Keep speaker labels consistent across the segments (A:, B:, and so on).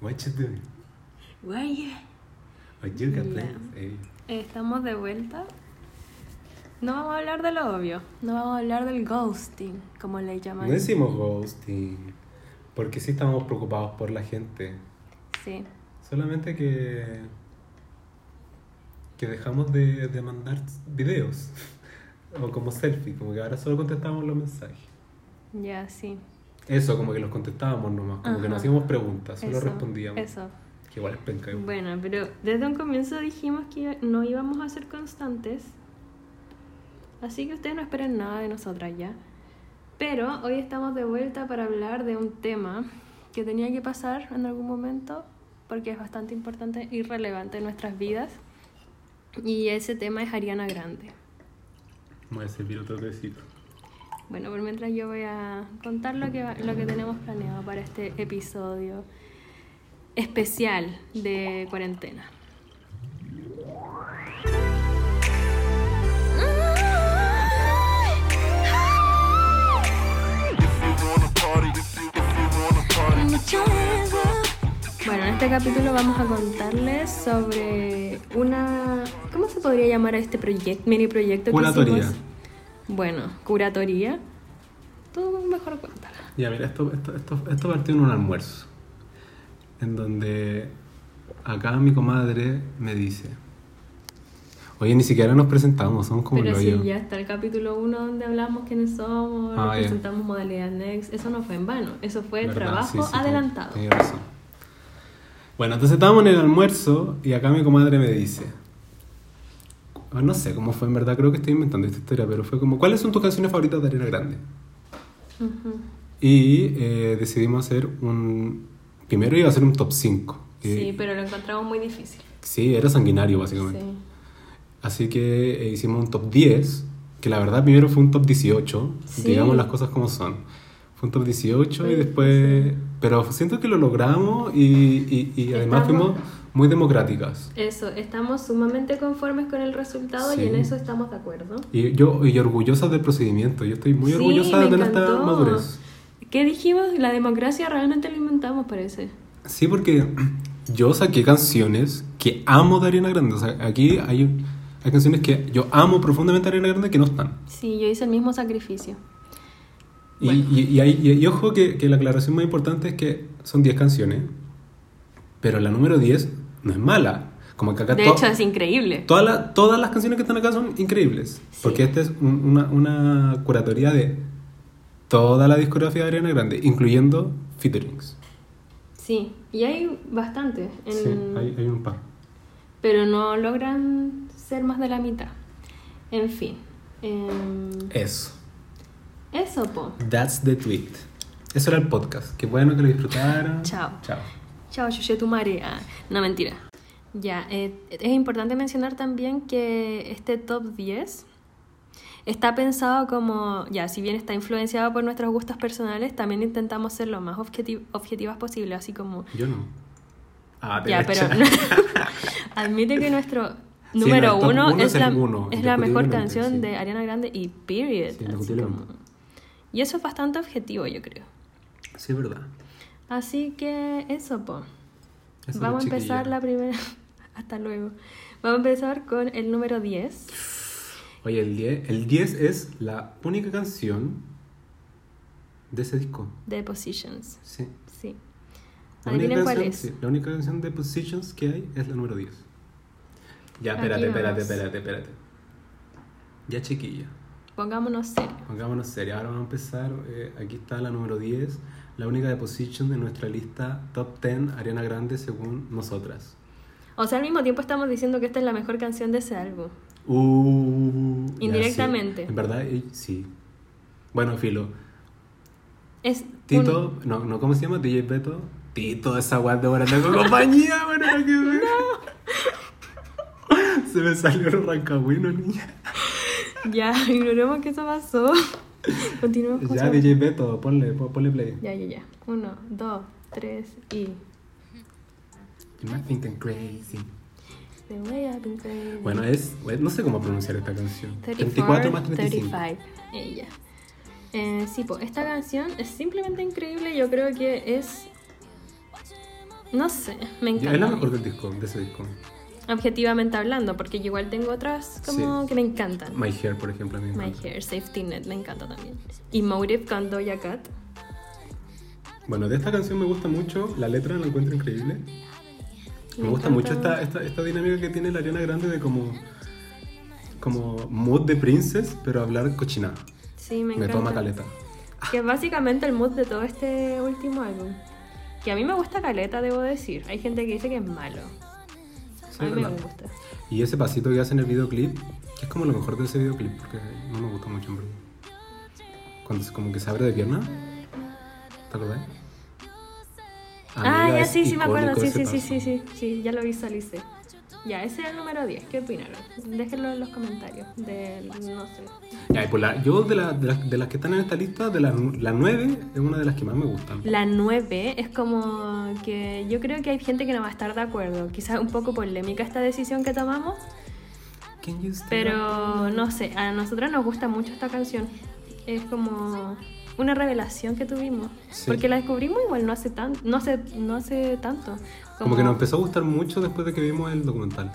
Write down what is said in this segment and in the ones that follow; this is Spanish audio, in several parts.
A: What you doing?
B: Where are you?
A: What you got
B: Ya.
A: plans? Eh,
B: Estamos de vuelta. No vamos a hablar de lo obvio. No vamos a hablar del ghosting, como le llaman.
A: No hicimos ghosting. Porque sí estábamos preocupados por la gente.
B: Sí.
A: Solamente que. que dejamos de, de mandar videos. o como selfie. Como que ahora solo contestábamos los mensajes.
B: Ya, sí.
A: Eso, como que los contestábamos nomás. Como que no
B: Ajá.
A: hacíamos preguntas, solo
B: Eso,
A: respondíamos.
B: Eso.
A: Que igual es penca. igual.
B: Bueno, pero desde un comienzo dijimos que no íbamos a ser constantes. Así que ustedes no esperen nada de nosotras ya. Pero hoy estamos de vuelta para hablar de un tema que tenía que pasar en algún momento porque es bastante importante y relevante en nuestras vidas. Y ese tema es Ariana Grande.
A: Me voy a servir otro tecito.
B: Bueno, por mientras yo voy a contar lo que, va- lo que tenemos planeado para este episodio especial de cuarentena. Bueno, en este capítulo vamos a contarles sobre una... ¿Cómo se podría llamar a este proyecto, mini proyecto que
A: Curatoría.
B: hicimos? Bueno, curatoría. Tú mejor cuéntala.
A: Ya, mira, esto, esto, esto, esto partió en un almuerzo, en donde acá mi comadre me dice, oye, ni siquiera nos presentamos, somos como
B: Pero
A: lo
B: sí,
A: yo.
B: ya está el capítulo 1 donde hablamos quiénes somos,
A: Ah, ya.
B: presentamos modalidad Next. Eso no fue en vano, eso fue trabajo adelantado.
A: Bueno, entonces estábamos en el almuerzo y acá mi comadre me dice, o no sé cómo fue en verdad, creo que estoy inventando esta historia, pero fue como, ¿cuáles son tus canciones favoritas de Arena Grande?
B: Ujú.
A: Y eh, decidimos hacer un, primero iba a ser un top 5.
B: Sí, pero lo encontramos muy difícil.
A: Sí, era sanguinario básicamente.
B: Sí.
A: Así que eh, hicimos un top 10, que la verdad primero fue un top 18,
B: Sí.
A: digamos las cosas como son. Fue un top 18 y
B: Fue-
A: después... Pero siento que lo logramos y, y- y además
B: Estamos-
A: fuimos muy democráticas.
B: Eso, estamos sumamente conformes con el resultado y
A: Sí.
B: en eso estamos de acuerdo.
A: Y yo y orgullosa del procedimiento, yo estoy muy
B: Sí,
A: orgullosa
B: me
A: de nuestra
B: encantó.
A: madurez.
B: ¿Qué dijimos? La democracia realmente la inventamos, parece.
A: Sí, porque yo saqué canciones que amo de Ariana Grande. O sea, aquí hay, hay canciones que yo amo profundamente a Ariana Grande que no están.
B: Sí, yo hice el mismo sacrificio.
A: Y,
B: Bueno.
A: y, y hay- y- y ojo que, que la aclaración más importante es que son 10 canciones, pero la número 10 no es mala. Como que acá
B: De
A: to-
B: hecho, es increíble.
A: toda la- todas las canciones que están acá son increíbles,
B: Sí.
A: porque esta es un- una, una curatoría de toda la discografía de Ariana Grande, incluyendo featurings.
B: Sí, y hay bastante. en-
A: Sí, hay, hay un par.
B: pero no logran ser más de la mitad. En fin. em,
A: Eso.
B: eso, po.
A: That's the tweet. Eso era el podcast. Qué bueno que lo disfrutaron.
B: Chao.
A: Chao.
B: Chao, yo tu marea. No, mentira. Ya, eh, es importante mencionar también que este top 10 está pensado como, ya, si bien está influenciado por nuestros gustos personales, también intentamos ser lo más objeti- objetivas posible, así como...
A: Yo no. Ah, te
B: Ya, pero
A: caché.
B: admite que nuestro
A: Sí,
B: número
A: no, el top
B: uno,
A: uno
B: es,
A: es el
B: la,
A: uno,
B: es la mejor
A: indiscutiblemente,
B: canción
A: sí.
B: de Ariana Grande y period.
A: Sí,
B: así
A: indiscutiblemente.
B: como- Y eso es bastante objetivo, yo creo.
A: Sí, es verdad.
B: Así que eso, po.
A: Eso,
B: Vamos a empezar
A: chiquillo.
B: la primera. Hasta luego. Vamos a empezar con el número 10.
A: Oye, el 10, el 10 es la única canción de ese disco.
B: de Positions.
A: Sí.
B: Sí.
A: La única
B: Adivinen cuál
A: canción-
B: es.
A: sí, la única canción de Positions que hay es la número 10. Ya,
B: Aquí
A: espérate, espérate,
B: vamos.
A: espérate, espérate. Ya, chiquilla.
B: Pongámonos serios.
A: Pongámonos serio. Ahora vamos a empezar. eh, aquí está la número 10, la única de Positions de nuestra lista Top 10 Ariana Grande según nosotras.
B: O sea, al mismo tiempo estamos diciendo que esta es la mejor canción de ese álbum.
A: Uh, ya, sí.
B: Indirectamente.
A: En verdad, eh, sí. Bueno, filo.
B: Es
A: Tito, no, no, ¿cómo se llama? DJ Beto. Tito, esa weá de Barata con compañía, bueno, para que me... Se me salió el rancagüino, niña.
B: un- Ya, ignoremos que eso pasó. Continuemos con
A: Ya,
B: su-
A: DJ Beto, ponle, pon- ponle play.
B: Ya, ya, ya. Uno, dos, tres y.
A: You might think I'm crazy.
B: The way I've been crazy.
A: Bueno, es, we- no sé cómo pronunciar esta canción.
B: 34
A: 34 más 35.
B: 35. Ella. Eh, sí, po, esta canción es simplemente increíble. Yo creo que es No sé, me
A: Ya, es la
B: encanta.
A: mejor del disco, de ese disco.
B: Objetivamente hablando, porque yo igual tengo otras como
A: Sí.
B: que me encantan.
A: My Hair, por ejemplo, a mí me
B: My
A: encanta.
B: Hair, Safety Net, me encanta también. Y Motive con Doja Cat.
A: Bueno, de esta canción me gusta mucho, la letra la encuentro increíble. Me,
B: Me
A: gusta
B: encanta.
A: mucho esta, esta, esta dinámica que tiene la Ariana Grande de como, como mood de princess, pero hablar cochinada.
B: Sí, me
A: Me,
B: encanta.
A: toma caleta.
B: Que es básicamente el mood de todo este último álbum. Que a mí me gusta Caleta, debo decir. Hay gente que dice que es malo.
A: Sí,
B: A mí me
A: ¿verdad?
B: gusta.
A: Y ese pasito que hace en el videoclip, que es como lo mejor de ese videoclip, porque no me gusta mucho en verdad. Cuando se- como que se abre de pierna. ¿Te acordás?
B: ah,
A: Amiga,
B: ya
A: es
B: sí, sí, me acuerdo.
A: icónico
B: Sí,
A: ese
B: sí, sí,
A: paso.
B: sí, sí, sí, ya lo visualicé. Ya, ese era el número 10. ¿Qué opinaron? Déjenlo en los comentarios. Del, no sé.
A: Ya, y pues la- yo de, la- de las- de las que están en esta lista, de las nu- la 9 es una de las que más me gustan.
B: La 9 es como que yo creo que hay gente que no va a estar de acuerdo. Quizás un poco polémica esta decisión que tomamos,
A: Can you stay
B: pero no sé, a nosotros nos gusta mucho esta canción. Es como una revelación que tuvimos,
A: Sí.
B: porque la descubrimos igual no hace tan no hace no hace tanto.
A: Como... que nos empezó a gustar mucho después de que vimos el documental.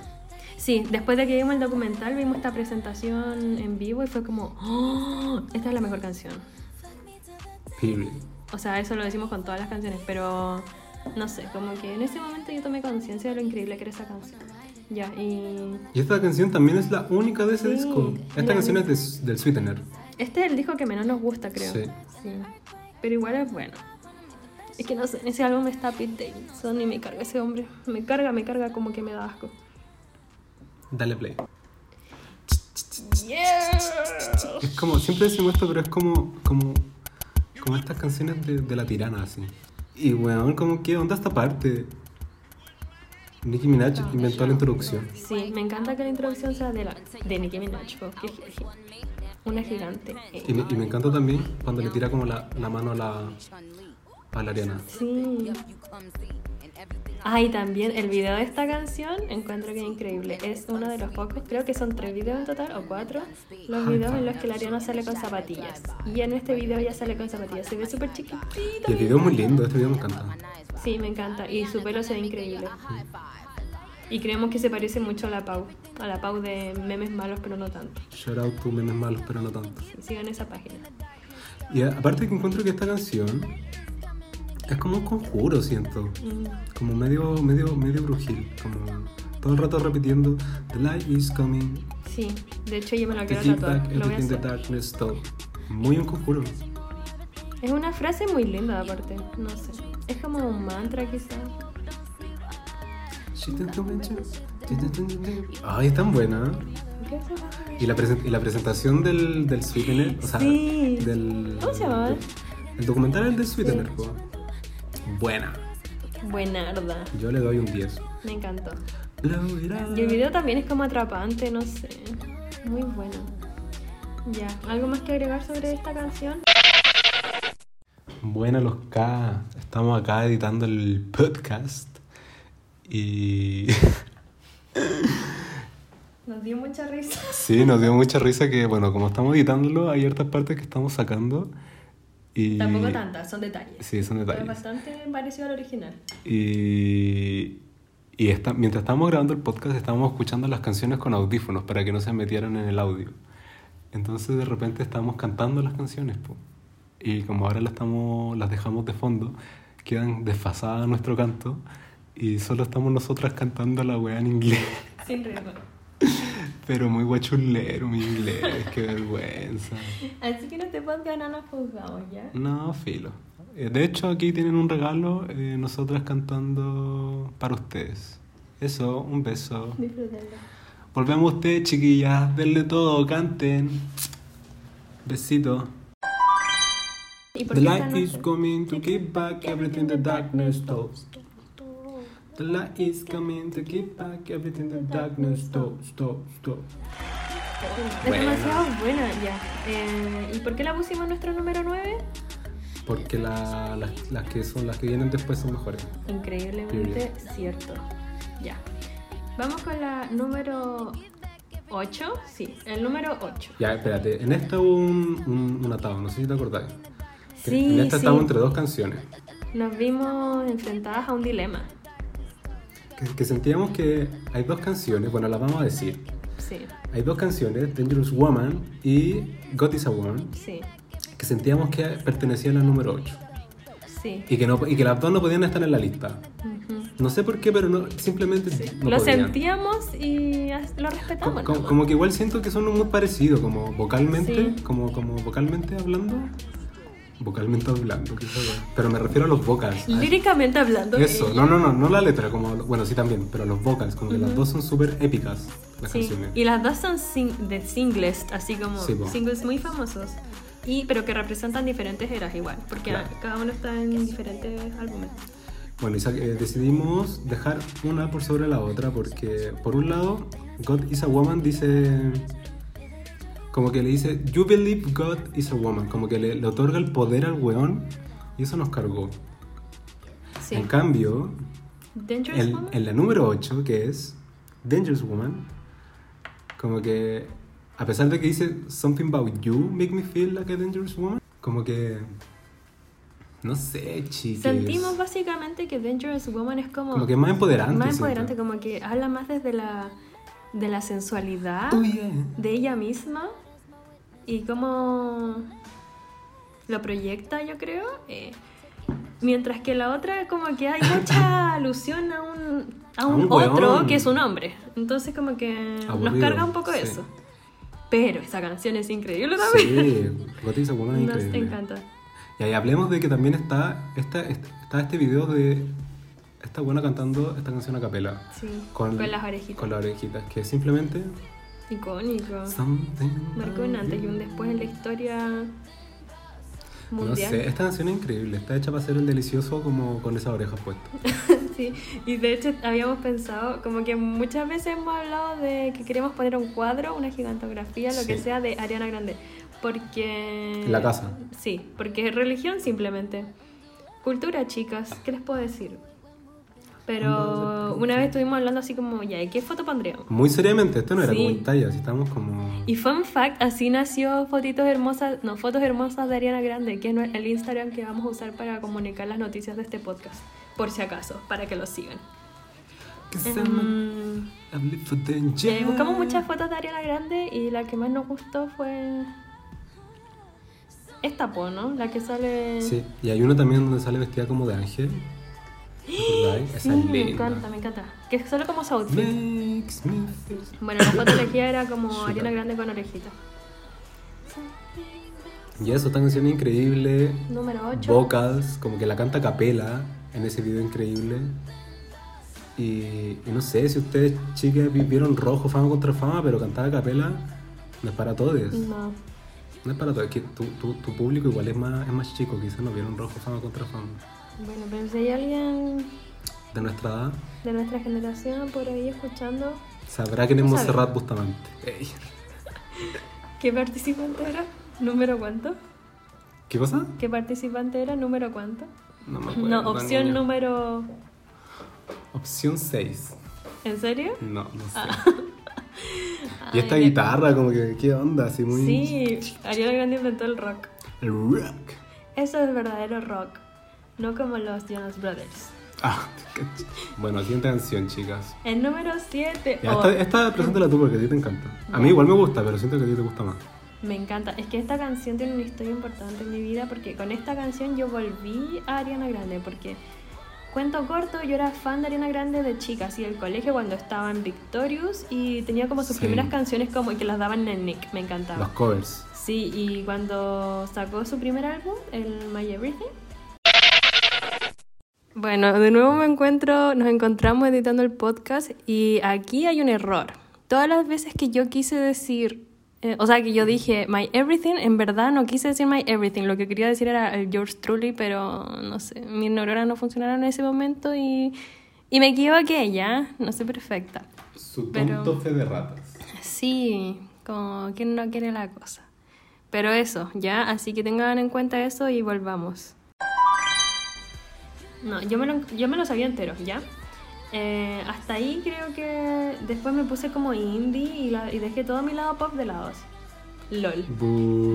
B: Sí, después de que vimos el documental, vimos esta presentación en vivo y fue como, "Oh, esta es la mejor canción.
A: Period.
B: O sea, eso lo decimos con todas las canciones, pero no sé, como que en ese momento yo tomé conciencia de lo increíble que era esa canción. Ya, y
A: Y esta canción también es la única de ese
B: Sí,
A: disco. Esta
B: la
A: canción es
B: única.
A: de- del Sweetener.
B: este es el disco que menos nos gusta, creo.
A: Sí.
B: Pero igual es bueno. Es que no sé, en ese álbum está Pete Davidson y me carga ese hombre. Me carga, me carga, como que me da asco.
A: Dale play.
B: Yeah.
A: Es como, siempre decimos esto, pero es como, como, como estas canciones de, de la tirana, así. Y bueno, como que onda esta parte. Nicki Minaj
B: Ah,
A: inventó la introducción.
B: Sí, me encanta que la introducción sea de, la, de Nicki Minaj, porque es gi- una gigante.
A: Y me, y me encanta también cuando le tira como la, la mano a la, a la Ariana.
B: Sí. Ay, también el video de esta canción encuentro que es increíble. Es uno de los pocos, creo que son tres videos en total o cuatro, los videos en los que la Ariana sale con zapatillas. Y en este video ya sale con zapatillas. Se ve súper chiquitita.
A: Y el video es muy lindo, este video me encanta.
B: Sí, me encanta. Y su pelo se ve increíble. Y creemos que se parece mucho a la Pau. A la Pau de memes malos, pero no tanto.
A: Shout out to memes malos, pero no tanto.
B: Sigan esa página.
A: Y a- aparte que encuentro que esta canción es como un conjuro, siento.
B: Mm.
A: Como medio, medio, medio brujil. Como todo el rato repitiendo The light is coming.
B: Sí, de hecho yo me lo
A: The
B: quiero
A: heat back,
B: tatuar. Lo voy a
A: everything the
B: hacer.
A: darkness stop. Muy un conjuro.
B: Es una frase muy linda aparte, no sé. Es como un mantra quizá.
A: She didn't do it, she didn't do it. Ay, es tan buena.
B: ¿Qué es esa frase?
A: Y la, presen- y la presentación del, del Sweetener, o sea,
B: Sí.
A: del...
B: ¿Cómo se llamaba?
A: El documental es del Sweetener, po. Buena.
B: Buenarda,
A: Yo le doy un 10.
B: me encantó.
A: Blow it up.
B: Y el video también es como atrapante, no sé. Muy bueno. Ya, ¿algo más que agregar sobre esta canción?
A: Buenas los K, estamos acá editando el podcast y
B: Nos dio mucha risa.
A: sí, nos dio mucha risa que, bueno, como estamos editándolo, hay hartas partes que estamos sacando y...
B: Tampoco tantas, son detalles.
A: Sí, son
B: Pero
A: detalles.
B: bastante parecido al original.
A: Y, y esta- mientras estábamos grabando el podcast estábamos escuchando las canciones con audífonos para que no se metieran en el audio. Entonces de repente estábamos cantando las canciones. po. Y como ahora las, estamos, las dejamos de fondo, quedan desfasadas nuestro canto y solo estamos nosotras cantando la weá en inglés.
B: Sin ritmo.
A: Pero muy guachulero mi inglés, qué vergüenza.
B: Así que no te podcast no nos juzgamos, ¿ya?
A: No, filo. Eh, De hecho, aquí tienen un regalo, eh, nosotras cantando para ustedes. Eso, un beso.
B: Disfrútenlo.
A: Volvemos a ustedes, chiquillas. Denle todo, canten. Besito.
B: ¿Y por
A: The
B: qué esta
A: light
B: noche?
A: is coming to give back everything the darkness stole. The light is coming to give back everything the darkness stole, stole, stole.
B: Es
A: Bueno.
B: demasiado buena, ya. Eh, ¿Y por qué la pusimos en nuestro número 9?
A: Porque la- las, las que son las que vienen después son mejores.
B: Increíblemente cierto. Ya. Vamos con la número 8. Sí, el número 8.
A: Ya, espérate. En esta hubo un, un, un atado, no sé si te acordás. Que
B: Sí,
A: en esta
B: sí.
A: estamos entre dos canciones.
B: Nos vimos enfrentadas a un dilema.
A: que, que sentíamos que hay dos canciones, bueno, las vamos a decir.
B: Sí,
A: Hay dos canciones, Dangerous Woman y God is a Woman,
B: sí,
A: que sentíamos que pertenecían al número 8
B: sí.
A: y que, no, y que las dos no podían estar en la lista.
B: Ujú.
A: No sé por qué, pero no, simplemente no
B: lo Ah,
A: podían.
B: sentíamos y as- lo respetamos.
A: Como, como-
B: nomás.
A: como que igual siento que son muy parecidos, como vocalmente,
B: Sí.
A: como, como vocalmente hablando. Vocalmente hablando, qué sé yo. Pero me refiero a los vocals. a-
B: Líricamente hablando.
A: Eso,
B: eh,
A: no, no, no, no la letra, como, bueno, sí también, pero los vocals, como que las
B: Ujú.
A: dos son súper épicas, las
B: Sí,
A: canciones.
B: y las dos son sing- de singles, así como
A: ¿eh? Sí, po.
B: singles muy famosos, y, pero que representan diferentes eras igual, porque
A: Claro.
B: cada uno está en diferentes álbumes.
A: Bueno, y sa- eh, decidimos dejar una por sobre la otra porque, por un lado, God is a Woman dice. Como que le dice, You believe God is a Woman. Como que le, le otorga el poder al weón y eso nos cargó.
B: Sí.
A: En cambio,
B: Dangerous
A: en,
B: Woman.
A: en la número 8, que es Dangerous Woman, como que. A pesar de que dice Something about you make me feel like a dangerous woman, como que. No sé, chicos.
B: Sentimos básicamente que Dangerous Woman es como,
A: Como que más empoderante.
B: más
A: siento.
B: empoderante, como que habla más desde la, de la sensualidad de ella misma y cómo lo proyecta, yo creo. eh, mientras que la otra, como que hay mucha alusión a un, a
A: A
B: un
A: un
B: otro
A: weón.
B: que es un hombre. Entonces, como que nos
A: Aburrido,
B: carga un poco
A: sí.
B: eso. Pero esa canción es increíble también.
A: Sí, Gotiza Woman es
B: nos
A: increíble.
B: encanta.
A: Y ahí hablemos de que también está, esta- est- está este video de esta buena cantando esta canción a capela.
B: Sí, con, las orejitas.
A: Con las orejitas, que simplemente.
B: Icónico.
A: Something
B: Marcó un
A: about
B: antes y un
A: you.
B: después en la historia
A: No
B: mundial.
A: sé, esta canción es increíble. Está hecha para ser el delicioso como con esas orejas puestas.
B: Sí, y de hecho habíamos pensado, como que muchas veces hemos hablado de que queremos poner un cuadro, una gigantografía, lo que
A: Sí.
B: sea, de Ariana Grande. Porque...
A: En la casa.
B: Sí, porque es religión simplemente. Cultura, chicas, ¿qué les puedo decir? Pero una vez estuvimos hablando así como, ya, ¿y qué foto pondríamos?
A: Muy seriamente, esto no era
B: Sí.
A: como en talla, si estamos como.
B: Y fun fact, así nació Fotitos Hermosas, no, Fotos Hermosas de Ariana Grande, que es nue- el Instagram que vamos a usar para comunicar las noticias de este podcast, por si acaso, para que lo sigan.
A: Que se me-
B: Em,
A: I live for danger.
B: Eh, buscamos muchas fotos de Ariana Grande y la que más nos gustó fue esta po, ¿no? La que sale.
A: Sí, y hay una también donde sale vestida como de ángel. ¿Te acordás?
B: Sí,
A: Esa es
B: me
A: linda.
B: encanta, me encanta. Que es solo como su outfit.
A: Makes me feel-
B: Bueno, la foto elegida era como
A: Súper.
B: Ariana Grande con orejita.
A: Y eso, esta canción es increíble.
B: Número 8.
A: Vocals, como que la canta a capela en ese video increíble. Y, y no sé si ustedes, chicas, vi- vieron rojo fama contra fama, pero cantar a capela no es para todos.
B: No.
A: No es para todos. Es que tu, tu- tu público igual es más, es más chico, quizás no vieron rojo fama contra fama.
B: Bueno, pero si hay alguien
A: De nuestra edad,
B: de nuestra generación por ahí escuchando,
A: sabrá quién es
B: No sabe.
A: Montserrat Bustamante. Ey.
B: ¿qué participante era? ¿Número cuánto?
A: ¿Qué pasa?
B: ¿Qué participante era? ¿Número cuánto?
A: No me acuerdo.
B: No, opción
A: niña.
B: número.
A: Opción 6.
B: ¿En serio?
A: No, no sé. Y
B: Ah, Ay,
A: esta
B: me-
A: guitarra, como que, ¿qué onda? Así muy.
B: Sí, Ariana Grande inventó el rock.
A: El rock.
B: Eso es verdadero rock, no como los Jonas Brothers.
A: Ah, te cacho. bueno, siguiente canción, chicas.
B: El número oh, 7.
A: Ya, esta, esta preséntala tú porque a ti te encanta. A mí igual me gusta, pero siento que a ti te gusta más.
B: Me encanta. Es que esta canción tiene una historia importante en mi vida porque con esta canción yo volví a Ariana Grande porque, cuento corto, yo era fan de Ariana Grande de chica, así del colegio cuando estaba en Victorious y tenía como sus
A: Sí.
B: primeras canciones como que las daban en el Nick, me encantaba.
A: Los covers.
B: Sí, y cuando sacó su primer álbum, el My Everything. Bueno, de nuevo me encuentro, nos encontramos editando el podcast y aquí hay un error. Todas las veces que yo quise decir, eh, o sea, que yo dije My Everything, en verdad no quise decir My Everything, lo que quería decir era el George Truly, pero no sé, mis neuronas no funcionaron en ese momento y, y me equivoqué, ya, no soy perfecta.
A: Su
B: Pero- tonto
A: fe de ratas.
B: Sí, como quien no quiere la cosa. Pero eso, ya, así que tengan en cuenta eso y volvamos. No, yo me lo, yo me lo sabía entero, ¿ya? Eh, hasta ahí creo que después me puse como indie y, la- y dejé todo mi lado pop de lados. LOL.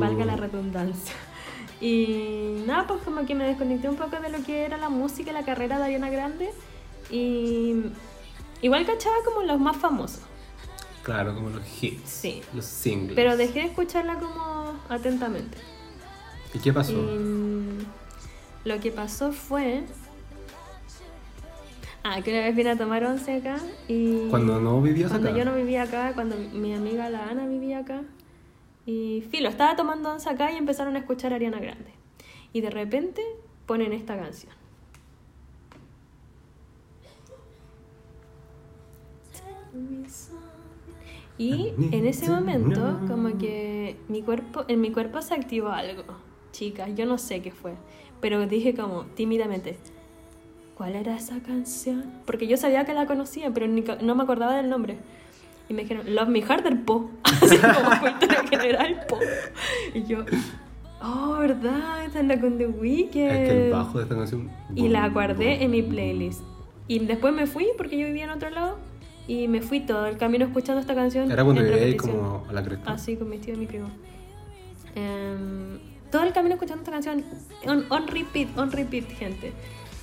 B: Valga la redundancia. Y nada, pues como que me desconecté un poco de lo que era la música y la carrera de Ariana Grande. Y Igual cachaba como los más famosos.
A: Claro, como los hits,
B: Sí.
A: los singles.
B: Pero dejé de escucharla como atentamente.
A: ¿Y qué pasó?
B: Em, lo que pasó fue. Ah, que una vez vine a tomar once acá y.
A: Cuando no vivías
B: cuando
A: acá.
B: yo no vivía acá, cuando mi amiga la Ana vivía acá. Y filo, estaba tomando once acá y empezaron a escuchar a Ariana Grande. Y de repente ponen esta canción. Y en ese momento, como que mi cuerpo, en mi cuerpo se activó algo, chicas, yo no sé qué fue, pero dije como tímidamente, ¿cuál era esa canción? Porque yo sabía que la conocía, pero ni ca- no me acordaba del nombre. Y me dijeron, Love Me Harder, po. Así como fue general, po. Y yo, oh, ¿verdad? Esta es la con The Weeknd.
A: Es que el bajo de esta canción.
B: Y la guardé en mi playlist. Y después me fui, porque yo vivía en otro lado, y me fui todo el camino escuchando esta canción.
A: Era cuando
B: en
A: vivía ahí
B: repetición. Ah,
A: como a la cresta.
B: Así con mis tíos y mi primo. Em, todo el camino escuchando esta canción, on, on repeat, on repeat, gente.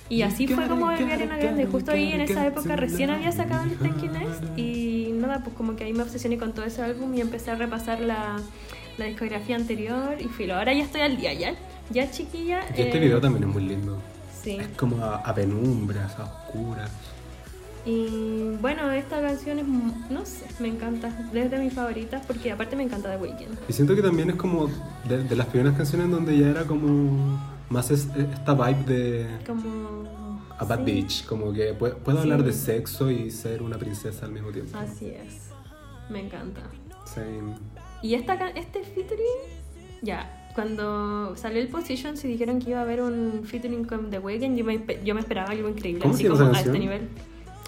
B: Y así fue como volví a Ariana Grande. Justo ahí en esa época recién había sacado el Thank You Next y nada, pues como que ahí me obsesioné con todo ese álbum y empecé a repasar la, la discografía anterior y filo. Ahora ya estoy al día, ya. Ya chiquilla.
A: Y este
B: eh,
A: video también es muy lindo.
B: Sí.
A: Es como a, a penumbras, a oscuras.
B: Y bueno, esta canción es, mu- no sé, me encanta. Es de mis favoritas porque aparte me encanta The Weeknd.
A: Y siento que también es como de, de las primeras canciones donde ya era como más es- e, esta vibe de
B: Como...
A: A Bad
B: sí,
A: Beach, como que puedo, puedo
B: Sí. Ah,
A: hablar de sexo y ser una princesa al mismo tiempo.
B: Así es. Me encanta. Mm,
A: Same.
B: Y esta, ca- este featuring, ya, cuando salió el Position y dijeron que iba a haber un featuring con The Weeknd, yo me, espe- yo me esperaba algo increíble,
A: ¿Cómo
B: así
A: se llama
B: como a
A: esa
B: este
A: canción?
B: nivel.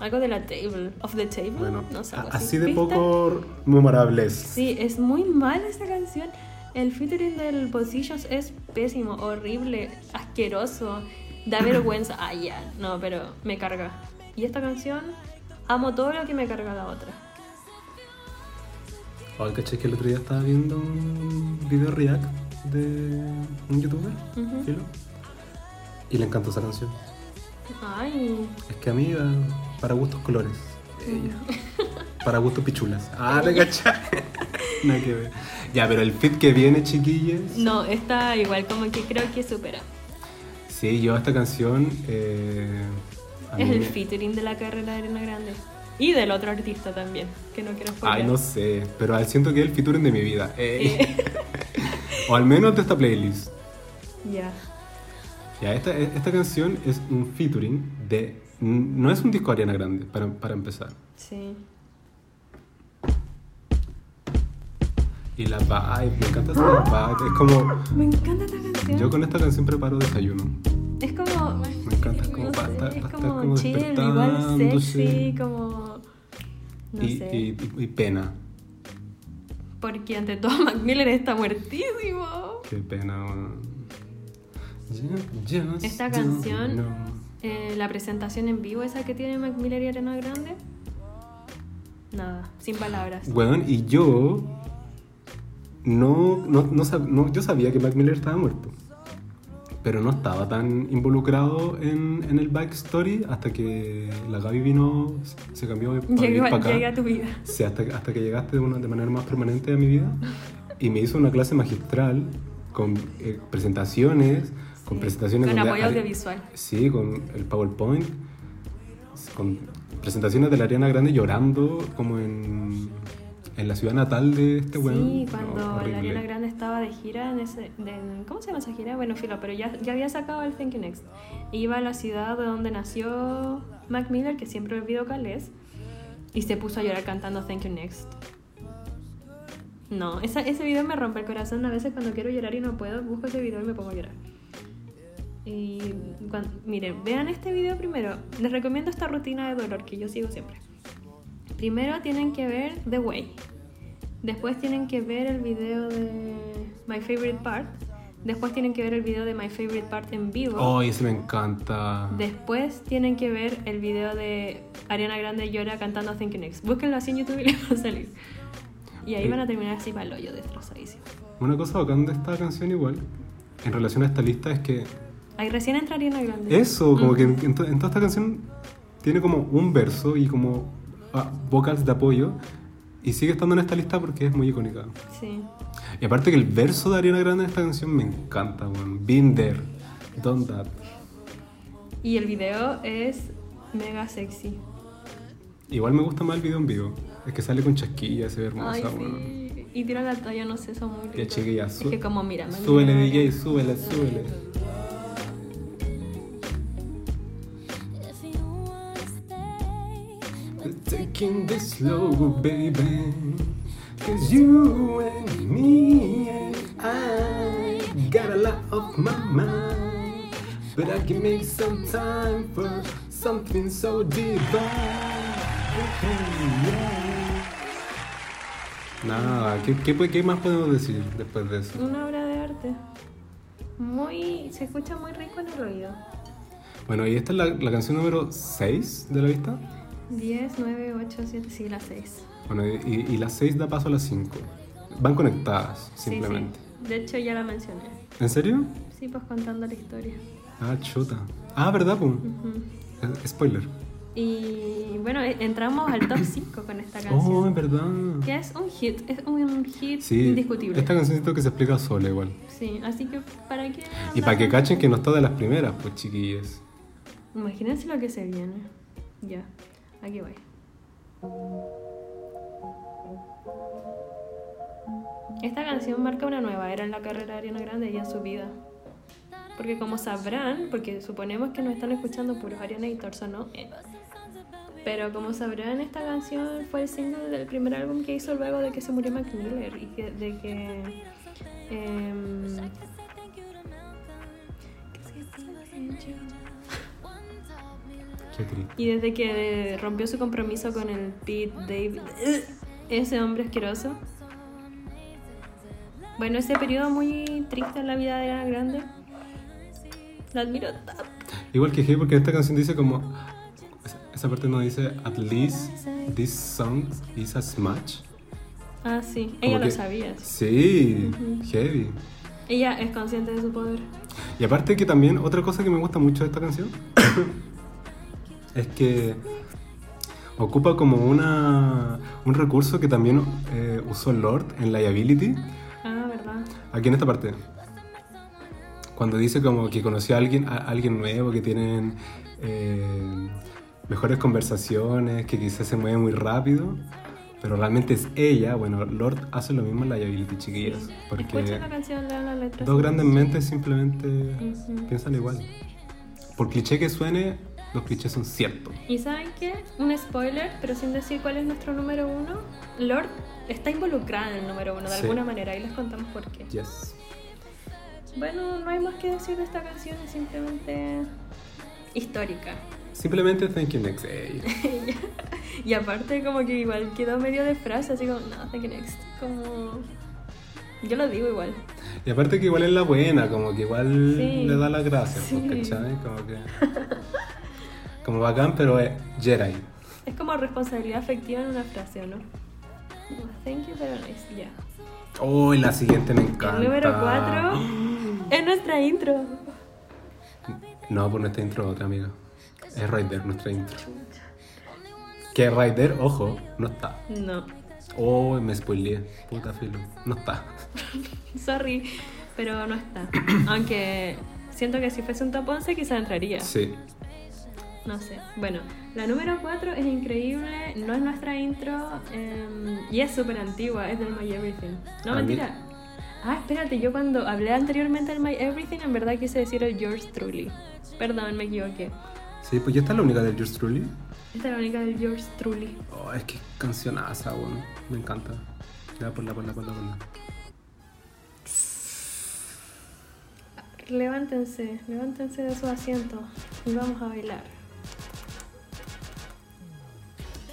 B: Algo de la table, of the table,
A: Bueno,
B: no sé.
A: a-
B: algo
A: así de
B: ¿Viste?
A: poco memorables.
B: Sí, es muy mal esta canción. El featuring del Positions es pésimo, horrible, asqueroso, da vergüenza. Ah, ya, no, pero me carga. Y esta canción, amo todo lo que me carga la otra.
A: Ay, caché que el otro día estaba viendo un video react de un youtuber,
B: Ujú.
A: filo, y le encantó esa canción.
B: Ay,
A: Es que amiga, para gustos colores.
B: Mm.
A: Ella. para gustos pichulas. Ah, te caché. Nada que ver. Ya, pero el fit que viene, chiquillas.
B: no, esta igual como que creo que supera.
A: Sí, yo esta canción. eh, a
B: Es
A: mí
B: el
A: me-
B: featuring de la carrera de Arena Grande. Y del otro artista también, que no quiero spoiler.
A: Ay, no sé, pero al- siento que es el featuring de mi vida. eh. o al menos de esta playlist.
B: Ya.
A: Ya, esta, e-, esta canción es un featuring de... No es un disco de Ariana Grande, para, para empezar.
B: Sí.
A: Y la vibe, me encanta esa vibe. Es como...
B: Me encanta esta canción.
A: Yo con esta canción preparo desayuno.
B: Es como.
A: Me encanta, es como
B: no
A: pa-
B: sé,
A: pa-
B: es
A: pa-
B: como
A: estar como
B: chill, igual sexy,
A: despertándose.
B: como. No
A: y,
B: sé.
A: y- y- y pena.
B: Porque ante todo, Mac Miller está muertísimo.
A: Qué pena. weón. Ju- just
B: Esta
A: don't
B: canción-
A: know.
B: Eh, la presentación en vivo, esa que tiene Mac Miller y Arena Grande. Nada, sin palabras.
A: Weón, y yo... No, no, no, sab- no- yo sabía que Mac Miller estaba muerto. Pero no estaba tan involucrado en, en el backstory hasta que la Gaby vino, se- se cambió de para
B: Llega,
A: vivir para acá.
B: llega a tu vida.
A: Sí, hasta, hasta que llegaste de, una- de manera más permanente a mi vida y me hizo una clase magistral con eh, presentaciones, con
B: Sí,
A: presentaciones
B: Con
A: donde
B: apoyo
A: Ari-
B: audiovisual.
A: Sí, con el PowerPoint, con presentaciones de la Ariana Grande llorando como en, en la ciudad natal de este weón.
B: Sí,
A: No,
B: cuando la
A: horrible.
B: Ariana Grande estaba de gira en ese... de- ¿Cómo se llama esa gira? Bueno, filo, pero ya, ya había sacado el Thank You Next. Iba a la ciudad de donde nació Mac Miller, que siempre olvidó cuál es, y se puso a llorar cantando Thank You Next. No, esa- ese video me rompe el corazón. A veces cuando quiero llorar y no puedo, busco ese video y me pongo a llorar. Y cuan- miren, vean este video primero. Les recomiendo esta rutina de dolor que yo sigo siempre. Primero tienen que ver The Way. Después tienen que ver el video de My Favorite Part. Después tienen que ver el video de My Favorite Part en vivo.
A: Oh, ese me encanta.
B: Después tienen que ver el video de Ariana Grande llora cantando Thank You Next. Búsquenlo así en YouTube y les va a salir. Y ahí
A: Sí.
B: van a terminar así para el hoyo, destrozadísimos.
A: Una cosa bacán de esta canción igual, en relación a esta lista, es que
B: Ahí recién entra Ariana Grande.
A: Eso, como
B: Ujú.
A: que en, en to- en toda esta canción tiene como un verso y como ah, vocals de apoyo y sigue estando en esta lista porque es muy icónica.
B: Sí.
A: Y aparte que el verso de Ariana Grande en esta canción me encanta, weón. Been there, done that.
B: Y el video es mega sexy.
A: Igual me gusta más el video en vivo. Es que sale con chasquilla, se ve hermosa,
B: Ay,
A: weón.
B: sí. Y tira la talla, no sé, son muy
A: Ya,
B: ricos.
A: chiquilla,
B: Es
A: su-
B: que como, mira, me
A: Súbele,
B: mira,
A: DJ, súbele, súbele.
C: If you wanna stay,
A: Taking this slow, baby. Cause you and me and I got a lot of my mind. But I can make some time for something so divine. Nada, ¿qué, qué, po- qué más podemos decir después de eso?
B: Una obra de arte. Muy. Se escucha muy rico en el oído.
A: Bueno, y esta es la, la canción número 6 de la lista.
B: 10, 9, 8, 7, sí, la 6.
A: Bueno, y, y la 6 da paso a la 5. Van conectadas, simplemente.
B: De hecho, ya la mencioné.
A: ¿En serio?
B: Sí, pues contando la historia.
A: Ah, chuta. Ah, ¿verdad? po?
B: Ujú.
A: Eh, Spoiler.
B: Y bueno, e- entramos al top 5 con esta
A: Oh,
B: canción.
A: en verdad.
B: que es un hit, es un hit
A: Sí,
B: indiscutible.
A: Esta canción siento que se explica sola igual.
B: Sí, así que para qué.
A: Y
B: andar
A: para que
B: con-
A: cachen que no está de las primeras, pues chiquillas.
B: Imagínense lo que se viene. Ya, aquí voy. Esta canción marca una nueva era en la carrera de Ariana Grande y en su vida. Porque como sabrán, porque suponemos que nos están escuchando puros Ariana y Torso, ¿no? Eh. Pero como sabrán, esta canción fue el single del primer álbum que hizo luego de que se murió Mac Miller y que, de que... em,
A: Qué triste.
B: Y desde que rompió su compromiso con el Pete David, ese hombre asqueroso. Bueno, ese periodo muy triste en la vida de Ariana Grande. La admiro tanto.
A: Igual que Hey, porque esta canción dice como. esa- Esa parte no dice, at least this song is a smash.
B: Ah, sí,
A: Como
B: ella lo
A: que-
B: sabía. sí.
A: Sí, heavy.
B: Ella es consciente de su poder.
A: Y aparte que también otra cosa que me gusta mucho de esta canción es que ocupa como una, un recurso que también eh, usó Lord en Liability,
B: Ah, ¿verdad?
A: aquí en esta parte. Cuando dice como que conoció a alguien, a alguien nuevo, que tienen eh, mejores conversaciones, que quizás se mueve muy rápido, pero realmente es ella, bueno, Lord hace lo mismo en Liability, chiquillas,
B: Escuchen
A: porque
B: la canción, lean la letra.
A: dos grandes mentes simplemente
B: Ujú.
A: piensan igual. Por cliché que suene, los clichés son ciertos.
B: Y saben qué? Un spoiler, pero sin decir cuál es nuestro número uno. Lord está involucrada en el número uno de
A: Sí.
B: alguna manera y les contamos por qué.
A: Yes.
B: Bueno, no hay más que decir de esta canción, es simplemente histórica.
A: Simplemente thank you next day.
B: Y aparte como que igual quedó medio de frase, así como, no, thank you next. Como... Yo lo digo igual.
A: Y aparte que igual es la buena, como que igual
B: Sí.
A: le da las gracias, pues,
B: Sí.
A: ¿cachai? Como que... Como bacán, pero es Jedi.
B: Es como responsabilidad afectiva en una frase, ¿o no? Como, Thank you, pero nice, ya.
A: Oh, y la siguiente me encanta.
B: El número 4 es nuestra intro.
A: No, por nuestra intro otra, amiga. Es Raider, nuestra intro. Que Raider, ojo, no está.
B: No,
A: Oh, me spoileé. Puta filo. No está.
B: sorry, pero no está. Aunque siento que si fuese un top 11 quizá entraría.
A: Sí.
B: No sé. Bueno, la número 4 es increíble, no es nuestra intro em, y es súper antigua, es del My Everything. No,
A: A mí-
B: mentira. Ah, espérate, yo cuando hablé anteriormente del My Everything, en verdad quise decir el Yours Truly. Perdón, me equivoqué.
A: Sí, pues ya está la única del Yours Truly.
B: Esta es la única del Yours Truly.
A: Oh, es que cancionaza, weón. Me encanta. Ya, ponla, ponla, ponla, ponla.
B: Levántense, levántense de su asiento y vamos a bailar.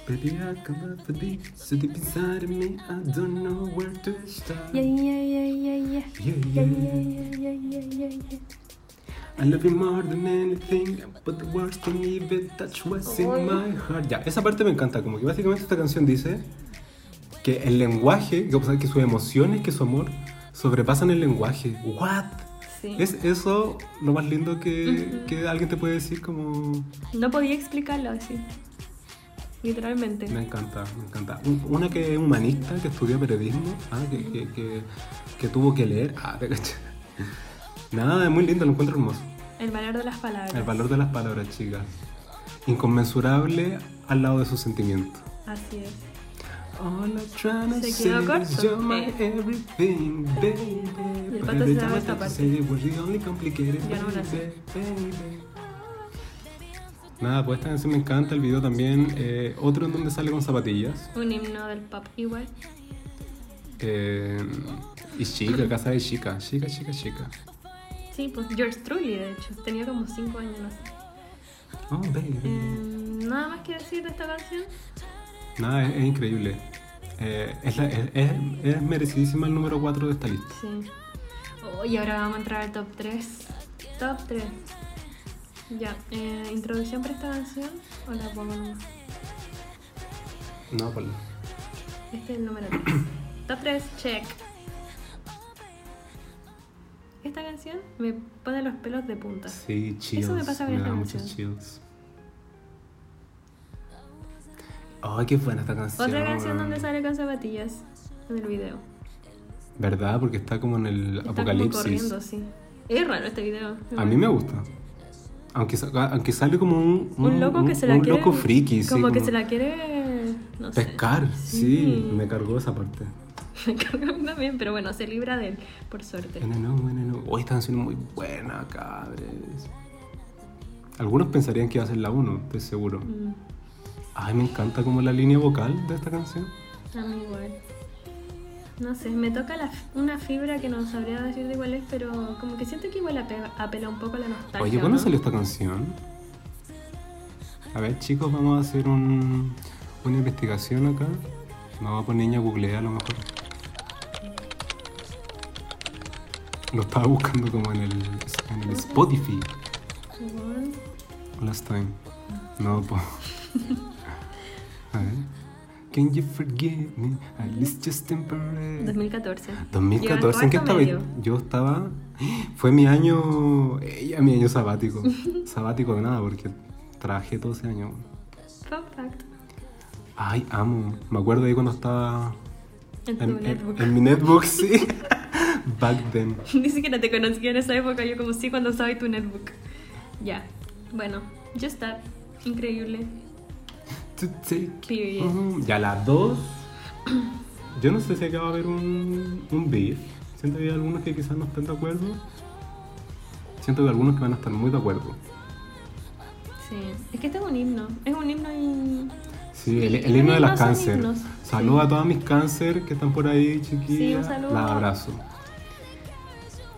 A: Baby, I come up for this. So deep inside of me, I don't know where to start.
B: Yeah, yeah, yeah, yeah, yeah.
A: Yeah,
B: Yeah,
A: yeah.
B: yeah, yeah, yeah, yeah, yeah.
A: I love you more than anything, but the words can even touch what's in my heart. Ya, esa parte me encanta, como que básicamente esta canción dice que el lenguaje, que, o sea, que sus emociones, que su amor, sobrepasan el lenguaje. What?
B: Sí.
A: Es eso lo más lindo que, que alguien te puede decir como...
B: No podía explicarlo así. Literalmente.
A: Me encanta, me encanta. Un- Una que es humanista, que estudia periodismo, ah, que, que- que- que tuvo que leer. Ah, te caché. Nada, es muy lindo, lo encuentro hermoso.
B: El valor de las palabras.
A: El valor de las palabras, chicas. Inconmensurable al lado de sus sentimientos.
B: Así es.
A: All I'm tryna
B: Se
A: say
B: quedó
A: is
B: corto.
A: you're my
B: Eh.
A: everything, baby.
B: El
A: But
B: pato
A: every time
B: se sabe
A: I
B: esta
A: try to
B: parte.
A: say it, we're the only complicated,
B: Yo no me la sé.
A: baby, baby. Nada, pues esta canción me encanta, el video también. eh, otro en donde sale con zapatillas.
B: Un himno del pop igual.
A: Eh, y chica, casa de chica, chica, chica, chica.
B: Sí, pues George Truly, de hecho. Tenía como 5 años, no sé.
A: Oh, baby.
B: Eh, Nada más que decir de esta canción.
A: Nada, es, es increíble. Eh, es, la- es- es- es merecidísima el número 4 de esta lista.
B: Sí. Oh, y ahora vamos a entrar al top 3. Top 3. Ya, eh, introducción para esta canción. O la pongo nomás.
A: No, por
B: Este es el número 3. top 3, check. Esta canción me pone los pelos de punta.
A: Sí, chills.
B: Eso me pasa con
A: me
B: esta
A: da
B: canción.
A: muchos chills. Ay, qué buena esta canción.
B: Otra canción donde
A: weón.
B: sale con zapatillas en el video.
A: ¿Verdad? Porque está como en el
B: Está como
A: apocalipsis.
B: corriendo, sí. Es raro este video.
A: A mí me gusta. Aunque, sa- aunque sale como un,
B: Un loco que se la
A: un
B: quiere.
A: loco friki, sí,
B: Como que se la quiere. No sé.
A: pescar.
B: Sí.
A: sí, me cargó esa parte.
B: Me carga a mí también, pero bueno, se libra de él, por suerte.
A: NNO, NNO. Hoy esta canción es muy buena, cabres. Algunos pensarían que iba a ser la 1, estoy seguro.
B: Mm,
A: Ay, me encanta como la línea vocal de esta canción.
B: a mí igual. No sé, me toca la- una fibra que no sabría decir de cuál es, pero como que siento que igual ape- apela un poco a la nostalgia.
A: Oye, ¿cuándo
B: ¿no?
A: salió esta canción? A ver, chicos, vamos a hacer un- una investigación acá. Me voy a poner niña a googlear a lo mejor. Lo estaba buscando como en el, en el Spotify
B: Igual.
A: last time. No, po. A ver. Can you forgive me? At least just temporary.
B: 2014.
A: Ah, 2014, ¿en qué estaba?
B: Llegó al cuarto
A: Yo estaba. Fue mi año. eh, mi año sabático. sabático de nada, porque trabajé todo ese año.
B: Fun fact.
A: Ay, amo. Me acuerdo ahí cuando estaba.
B: En tu
A: En, en-
B: netbook.
A: en mi netbook, sí. Back then.
B: Dice que no te conocía en esa época, yo como sí cuando sabía tu netbook. Ya. Bueno, Just That. Increíble.
A: To take
B: Period.
A: Mm, Ya las dos. Yo no sé si acá va a haber un, un beef. Siento que hay algunos que quizás no estén de acuerdo. Siento que hay algunos que van a estar muy de acuerdo.
B: Sí. Es que este es un himno. Es un himno y.
A: Sí, el, el
B: Los
A: himno de las
B: himnos son
A: cáncer.
B: himnos.
A: Saludo
B: Sí.
A: a todas mis cáncer que están por ahí, chiquillas.
B: saludo.
A: las abrazo.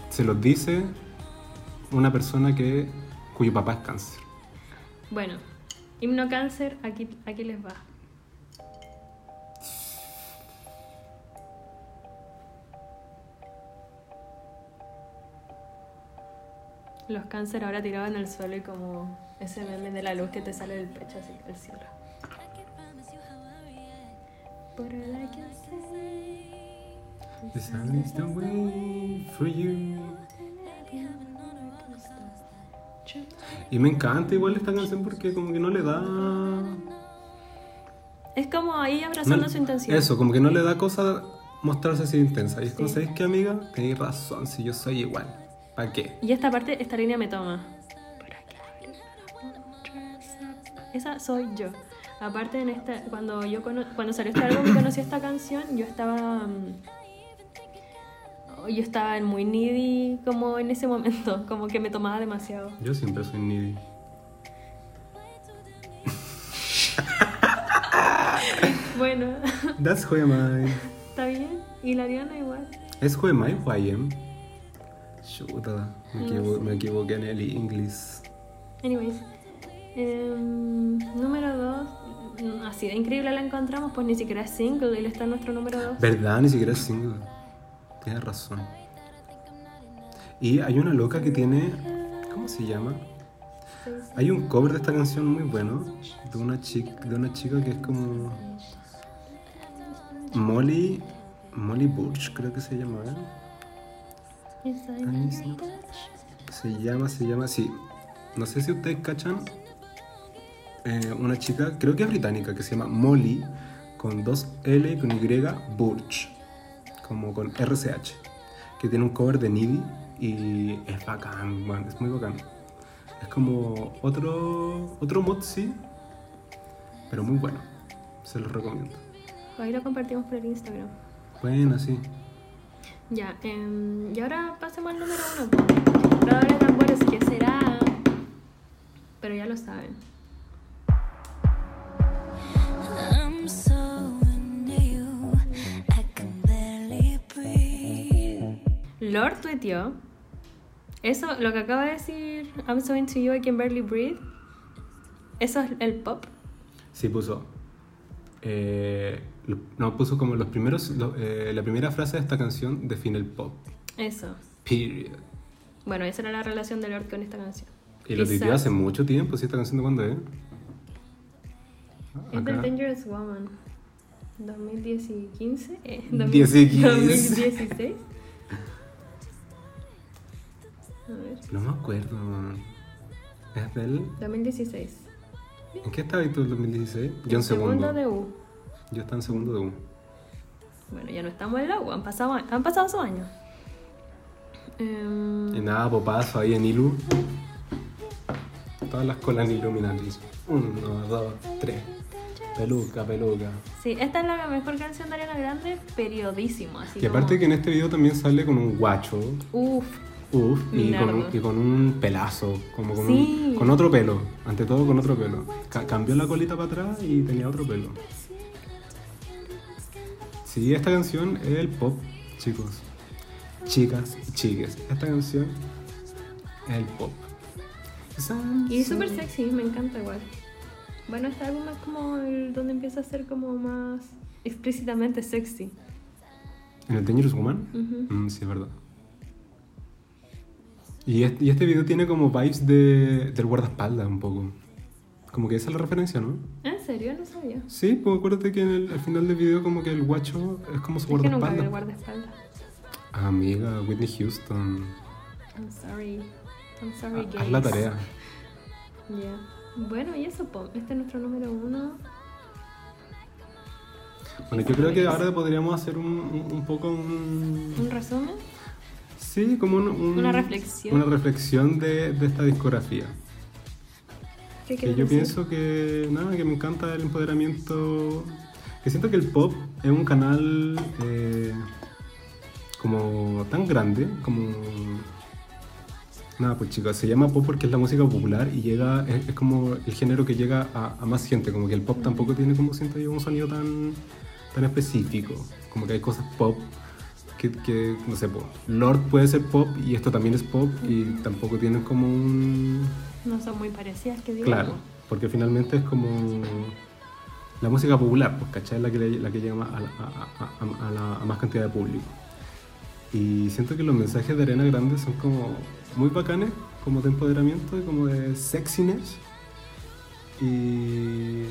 A: Se los dice una persona que cuyo papá es cáncer.
B: Bueno, himno cáncer, aquí, aquí les va. Los cáncer ahora tirados en el suelo y como ese meme de la luz que te sale del pecho así, el cielo. But all I can say
A: The sun is the way for you. Y me encanta igual esta canción porque como que no le da...
B: Es como ahí abrazando
A: no-
B: su intención.
A: Eso, como que no le da cosa mostrarse así intensa. Y es como,
B: Sí.
A: ¿sabes qué, amiga? Tenéis razón, si yo soy igual. ¿Para qué?
B: Y esta parte, esta línea me toma. Esa soy yo. Aparte, en esta, cuando, yo cono- cuando salió este álbum y conocí esta canción, yo estaba. mm, yo estaba en muy needy, como en ese momento, como que me tomaba demasiado.
A: Yo siempre soy needy.
B: Bueno,
A: That's who am I.
B: está bien. Y la Ariana igual.
A: ¿Es who am I who I am? Chuta, me,
B: No
A: equivo-
B: sé.
A: me equivoqué en el inglés.
B: Anyways, em, número 2. Así de increíble la encontramos, pues ni siquiera es single, él está en nuestro número 2.
A: ¿Verdad? Ni siquiera es single. Tienes razón. Y hay una loca que tiene... ¿Cómo se llama? Hay un cover de esta canción muy bueno de una chica, de una chica que es como Molly Molly Burch creo que se llama ¿eh?
B: It's like
A: Ahí sí. Se llama, se llama, sí. No sé si ustedes cachan. eh, una chica, creo que es británica, que se llama Molly, con dos L y con Y, Burch, como con RCH, que tiene un cover de Needy y es bacán, man, es muy bacán. Es como otro, otro mood, sí, pero muy bueno. Se los recomiendo.
B: Ahí lo compartimos por el Instagram.
A: Bueno, sí.
B: Ya, em, y ahora pasemos al número uno. Probable de tambores, que será? Pero ya lo saben.
C: I'm so into you, I can barely breathe.
B: Lord tuiteó. Eso, lo que acaba de decir, I'm so into you, I can barely breathe. Eso es el pop.
A: Sí, puso. eh, lo- no, puso como los primeros. lo- eh, la primera frase de esta canción define el pop.
B: Eso.
A: Period.
B: Bueno, esa era la relación de Lord con esta canción.
A: Y lo
B: Quizás.
A: tuiteó hace mucho tiempo, ¿sí? ¿Esta canción de cuándo es? Ah,
B: Es The
A: Acá.
B: Dangerous Woman. 2015. eh,
A: 2015.
B: 2016. A ver.
A: No me acuerdo, man. ¿Es del...?
B: 2016.
A: ¿En qué estaba ahí tú en 2016? Yo en segundo.
B: Segundo de U.
A: Yo estaba en segundo de U.
B: Bueno, ya no estamos en la U, han pasado, han pasado esos años. Em,
A: Y nada, popazo ahí en Ilu. Todas las colas en Illuminati. Uno, dos, tres. Peluca, peluca.
B: sí, esta es la mejor canción de Ariana Grande, periodísimo. Así
A: Y aparte
B: como-
A: que en este video también sale con un guacho,
B: Uf,
A: uf, y con,
B: Minardo.
A: un, y con un pelazo, como con,
B: Sí.
A: un- con otro pelo, ante todo con otro pelo. Ca- cambió la colita para atrás y tenía otro pelo. Sí, esta canción es el pop, chicos. Chicas y chiques, esta canción es el pop.
B: y súper sexy, me encanta igual. Bueno, este álbum es como el donde empieza a ser como más explícitamente sexy.
A: ¿En el Dangerous Woman?
B: Ujú.
A: Mm, sí, es verdad. Y este, y este video tiene como vibes de, del guardaespaldas un poco. Como que esa es la referencia, ¿no?
B: Ah, ¿En serio? No sabía.
A: Sí, pues acuérdate que en el, al final del video como que el guacho es como su
B: Es que nunca vi el
A: guardaespaldas. Ah,
B: guardaespaldas.
A: Amiga, Whitney Houston.
B: I'm sorry. I'm
A: ha-
B: sorry,
A: Ah, Haz la
B: gays.
A: tarea.
B: Ya. Bueno, y eso, po. Este es nuestro número uno.
A: Bueno, yo creo que ahora podríamos hacer un, un- un poco un...
B: Un resumen.
A: Sí, como un- un-
B: Una reflexión.
A: Una reflexión de, de esta discografía.
B: ¿Qué
A: Que
B: quieres
A: yo
B: decir?
A: pienso que nada, que me encanta el empoderamiento. Que siento que el pop es un canal eh, como tan grande, como. Nada, pues chicos, se llama pop porque es la música popular y llega, es, es como el género que llega a, a más gente, como que el pop tampoco tiene como siento yo un sonido tan, tan específico, como que hay cosas pop que, que, no sé, po, Lord puede ser pop y esto también es pop y tampoco tienen como un,
B: No son muy parecidas, que digo.
A: Claro, porque finalmente es como la música popular, pues, ¿cachai? La que, le- la que llega más a, la- a- a- a- a la- a más cantidad de público. Y siento que los mensajes de Arena Grande son como muy bacanes, como de empoderamiento y como de sexiness. Y, y-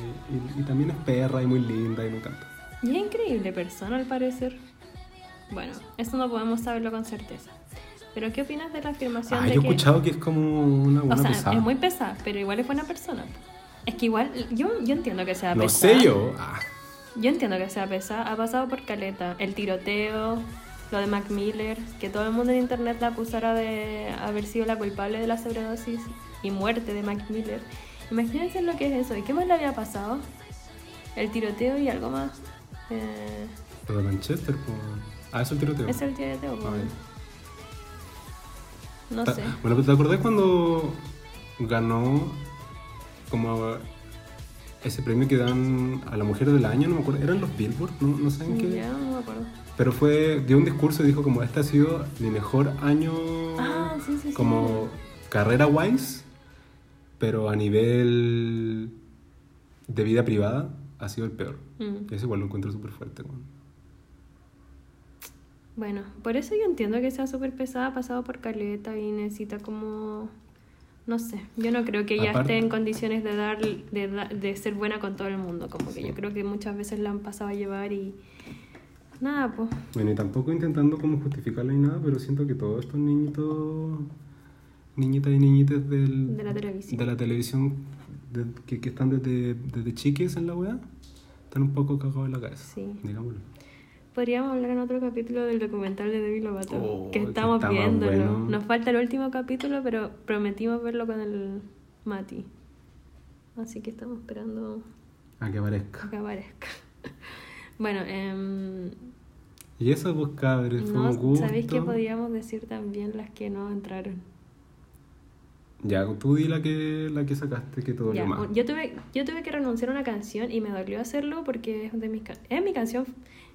A: y también es perra y muy linda y me encanta.
B: Y es increíble persona al parecer. Bueno, eso no podemos saberlo con certeza. Pero ¿qué opinas de la afirmación
A: Ah,
B: de
A: yo he
B: que...
A: escuchado que es como una
B: o
A: buena
B: sea,
A: pesada.
B: es muy pesada, pero igual es buena persona. Es que igual, yo, yo entiendo que sea
A: No
B: pesada.
A: sé yo. Ah,
B: Yo entiendo que sea pesada. Ha pasado por caleta. El tiroteo, lo de Mac Miller, que todo el mundo en internet la acusara de haber sido la culpable de la sobredosis y muerte de Mac Miller. Imagínense lo que es eso. ¿Y qué más le había pasado? El tiroteo y algo más. Eh,
A: lo de Manchester, pues. Ah, eso es el tiroteo.
B: es el tiroteo.
A: Ah, ya.
B: No
A: Ta-
B: pues. sé.
A: Bueno, pero ¿te acordás cuando ganó como ese premio que dan a la mujer del año? No me acuerdo, eran los Billboard, no, no sé en qué.
B: Ya, no me acuerdo.
A: Pero fue, dio un discurso y dijo como este ha sido mi mejor año
B: Ah, sí, sí, sí.
A: como carrera wise, pero a nivel de vida privada ha sido el peor.
B: Mm.
A: Y eso igual lo encuentro súper fuerte. weón.
B: Bueno, por eso yo entiendo que sea súper pesada, ha pasado por caleta y necesita como... No sé, yo no creo que ella
A: Aparte-
B: esté en condiciones de dar de, da- de ser buena con todo el mundo, como que
A: Sí.
B: yo creo que muchas veces la han pasado a llevar y Nada, pues.
A: Bueno, y tampoco intentando como justificarla ni nada, pero siento que todos estos niñitos, niñitas y niñites del,
B: De la televisión.
A: de la televisión de- que, que están desde, desde chiques en la wea, están un poco cagados en la cabeza.
B: Sí.
A: Digámoslo.
B: Podríamos hablar en otro capítulo del documental de Demi Lovato,
A: Oh,
B: que
A: que
B: estamos
A: está más
B: viéndolo.
A: bueno.
B: Nos falta el último capítulo, pero prometimos verlo con el Mati. Así que estamos esperando
A: A que
B: a
A: parezca.
B: que aparezca. Bueno, em,
A: Y eso, pues, cabres, fue un
B: no,
A: gusto.
B: ¿sabéis que podíamos decir también las que no entraron?
A: Ya, tú di la que, la que sacaste que te dolió
B: Ya,
A: más.
B: un- yo, tuve, yo tuve que renunciar a una canción y me dolió hacerlo porque es de mis can- es mi canción,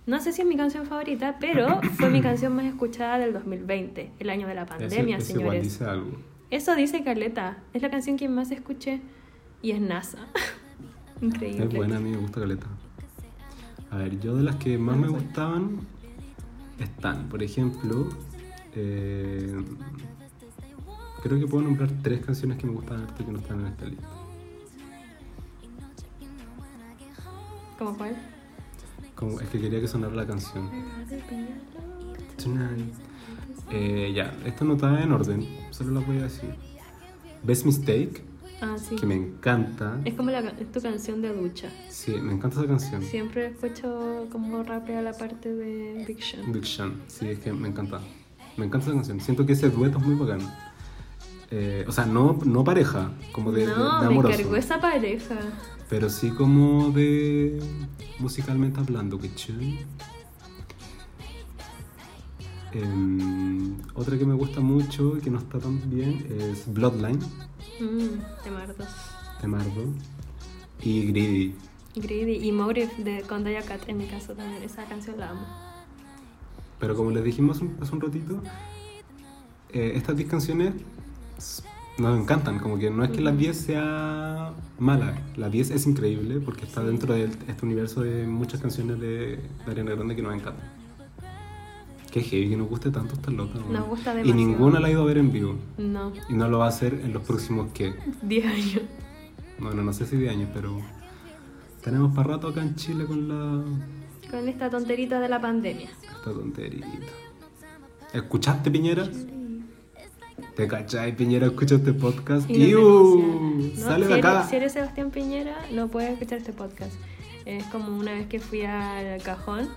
B: no sé si es mi canción favorita, pero fue mi canción más escuchada del 2020, el año de la
A: Eso-
B: pandemia,
A: eso igual
B: señores.
A: dice algo.
B: Eso dice Caleta. Es la canción que más escuché y es NASA. Increíble.
A: Es buena, a mí me gusta Caleta. A ver, yo de las que más me gustaban están, por ejemplo, eh, creo que puedo nombrar tres canciones que me gustan harto que no están en esta lista.
B: ¿Cómo cuál?
A: Como- es que quería que sonara la canción. Tonight. Eh, ya, esta no está en orden, solo las voy a decir. Best Mistake,
B: Ah, sí.
A: que me encanta.
B: Es como la, ca- es tu canción de ducha.
A: Sí, me encanta esa canción.
B: Siempre escucho como rapea la parte de Fiction.
A: Diction, sí, es que me encanta. Me encanta esa canción. Siento que ese dueto es muy bacán. Eh, o sea, no, no pareja, como de, de-
B: no,
A: de
B: me
A: amoroso.
B: cargó esa pareja.
A: Pero sí como de musicalmente hablando, que chill. Em, otra que me gusta mucho y que no está tan bien es Bloodline
B: Mm, te mardo.
A: de Mardo y Greedy.
B: Greedy y Motive de Condaya Cat en mi caso también. Esa canción la amo.
A: Pero como les dijimos un- hace un ratito, eh, estas 10 canciones s- nos encantan. Como que no es que la 10 sea mala, la 10 es increíble porque está dentro de este universo de muchas canciones de, de Ariana Grande que nos encantan. Qué heavy que nos guste tanto esta loca. weón.
B: Nos gusta
A: Y
B: demasiado.
A: ninguna la ha ido a ver en vivo.
B: No,
A: Y no lo va a hacer en los próximos, ¿qué?
B: 10 años.
A: Bueno, no sé si de años, pero tenemos para rato acá en Chile con la,
B: Con esta tonterita de la pandemia.
A: Esta tonterita. ¿Escuchaste, Piñera? ¿Te cachai, Piñera? Escucha este podcast.
B: Y
A: ¡Iu!
B: lo denunciaron. No,
A: ¡Sale
B: si
A: de acá!
B: Eres, si eres Sebastián Piñera, no puedes escuchar este podcast. Es como una vez que fui al cajón.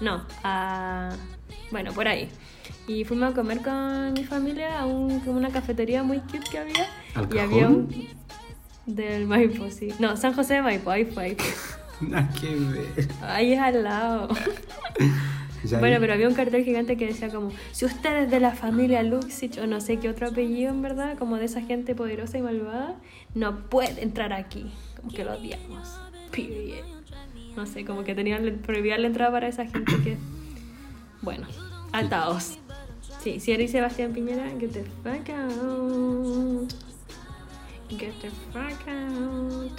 B: No, a. Bueno, por ahí. Y fuimos a comer con mi familia a un- como una cafetería muy cute que había.
A: ¿Al
B: y había
A: Cajón?
B: un. Del Maipo, sí. No, San José de Maipo, ahí fue, ahí fue.
A: Nada que ver.
B: Ahí es al lado.
A: Ya
B: Bueno,
A: ahí-
B: pero había un cartel gigante que decía como, si usted es de la familia Luxich o no sé qué otro apellido, en verdad, como de esa gente poderosa y malvada, no puede entrar aquí. Como que lo odiamos. Period. No sé, como que tenían prohibida la entrada para esa gente que... Bueno, ataos. Sí, si eres Sebastián Piñera, get the fuck out. Get the fuck out.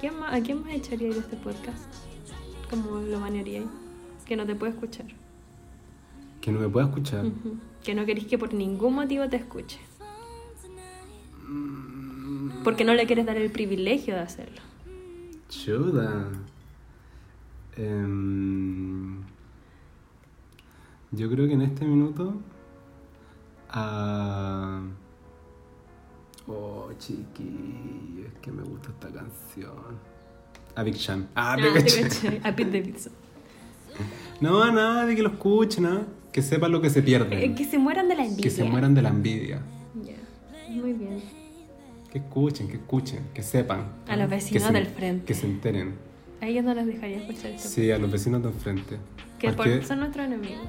B: ¿Quién más- ¿A quién más echaría de este podcast? Como lo banearía que no te puede escuchar.
A: Que no me pueda escuchar.
B: Ujú. Que no querés que por ningún motivo te escuche.
A: Mm.
B: Porque no le quieres dar el privilegio de hacerlo.
A: Chuda. Em, yo creo que en este minuto. a- Oh, chiqui, es que me gusta esta canción. A Big Chan. Ah,
B: Ah,
A: Big
B: te
A: Chan.
B: caché. A Pete Davidson.
A: No, nada de que lo escuchen, nada. Que sepan lo que se pierden.
B: Eh, que se mueran de la envidia.
A: Que se mueran de la envidia.
B: Ya. Muy bien.
A: Que escuchen, que escuchen, que sepan.
B: A los vecinos
A: Que se-
B: del frente.
A: Que se enteren.
B: A ellos no los dejaría escuchar esto.
A: Sí, a los vecinos del frente.
B: que por-
A: Porque-
B: son nuestros enemigos.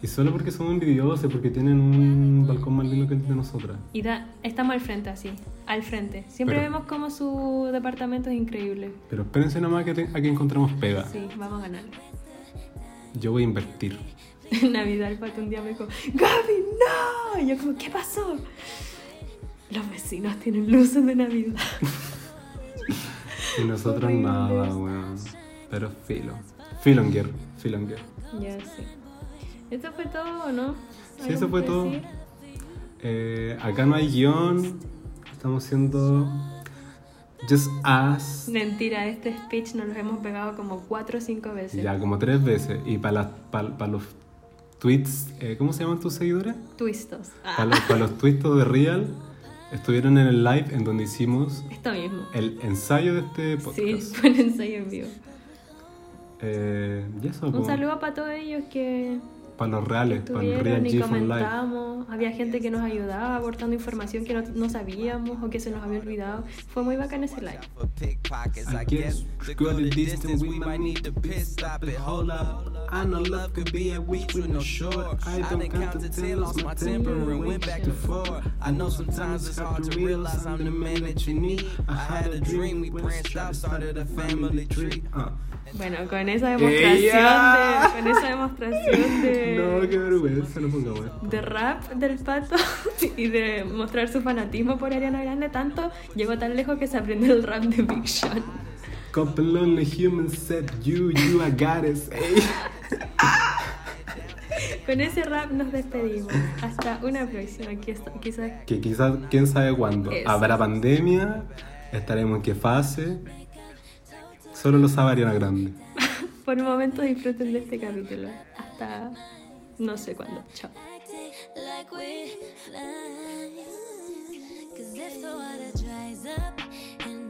A: Y solo porque son envidiosos, porque tienen un balcón más lindo que el de nosotras.
B: Y da, estamos al frente así. Al frente. Siempre
A: Pero-
B: vemos como su departamento es increíble.
A: Pero espérense nomás que te- a que encontramos pega.
B: Sí, vamos a ganar.
A: Yo voy a invertir.
B: En Navidad el pato un día me dijo, Gaby, no. Y yo como, ¿qué pasó? Los vecinos tienen luces de Navidad.
A: Y nosotros nada, weón. Pero filo. Filonger, filonger.
B: Ya sí. Esto fue todo, ¿no?
A: Sí, eso
B: ¿Algo
A: fue
B: que
A: todo.
B: decir?
A: Eh, acá no hay guión. Estamos siendo Just Us.
B: Mentira, este speech nos lo hemos pegado como cuatro o cinco veces.
A: Ya, como tres veces. Y para los tweets, eh, ¿cómo se llaman tus seguidores?
B: Twistos. Ah,
A: Para los, para los tweets de Real, estuvieron en el live en donde hicimos
B: Esto mismo.
A: el ensayo de este
B: Sí,
A: podcast.
B: fue un ensayo en vivo.
A: Eh, y eso,
B: Un
A: como
B: saludo para todos ellos que
A: para los reales, para el Real
B: estuvieron y
A: G from Live.
B: comentamos. Había gente que nos ayudaba aportando información que no, no sabíamos o que se nos había olvidado. Fue muy bacán ese live.
D: for pickpockets. I,
A: I
D: guess
A: guess
D: to
A: go
D: go
A: the
D: the
A: distance,
D: distance, we might need to piss stop it. Hold up, I know love could be a week with no shore. I done counted ten, lost my temper and went back and forth. I know sometimes it's hard to realize I'm the man that you need. I had a dream, we branched out, started a family tree.
A: Ah.
B: Bueno, con esa demostración
A: ¡Ella!
B: de. Con esa demostración
A: No, qué
B: de.
A: vergüenza, no pongamos esto.
B: De rap del pato y de mostrar su fanatismo por Ariana Grande tanto, llegó tan lejos que se aprendió el rap de Big Sean.
A: Couple lonely humans said you, you a goddess, ey.
B: Con ese rap nos despedimos. Hasta una próxima, quiz- quizás
A: Que quizás, quién sabe cuándo.
B: Eso.
A: ¿Habrá pandemia? ¿Estaremos en qué fase? Solo lo sabe Ariana Grande.
B: por un momento disfruten de este capítulo. Hasta no sé cuándo. Chao.
C: acting like we're fine. Cause if the water dries up and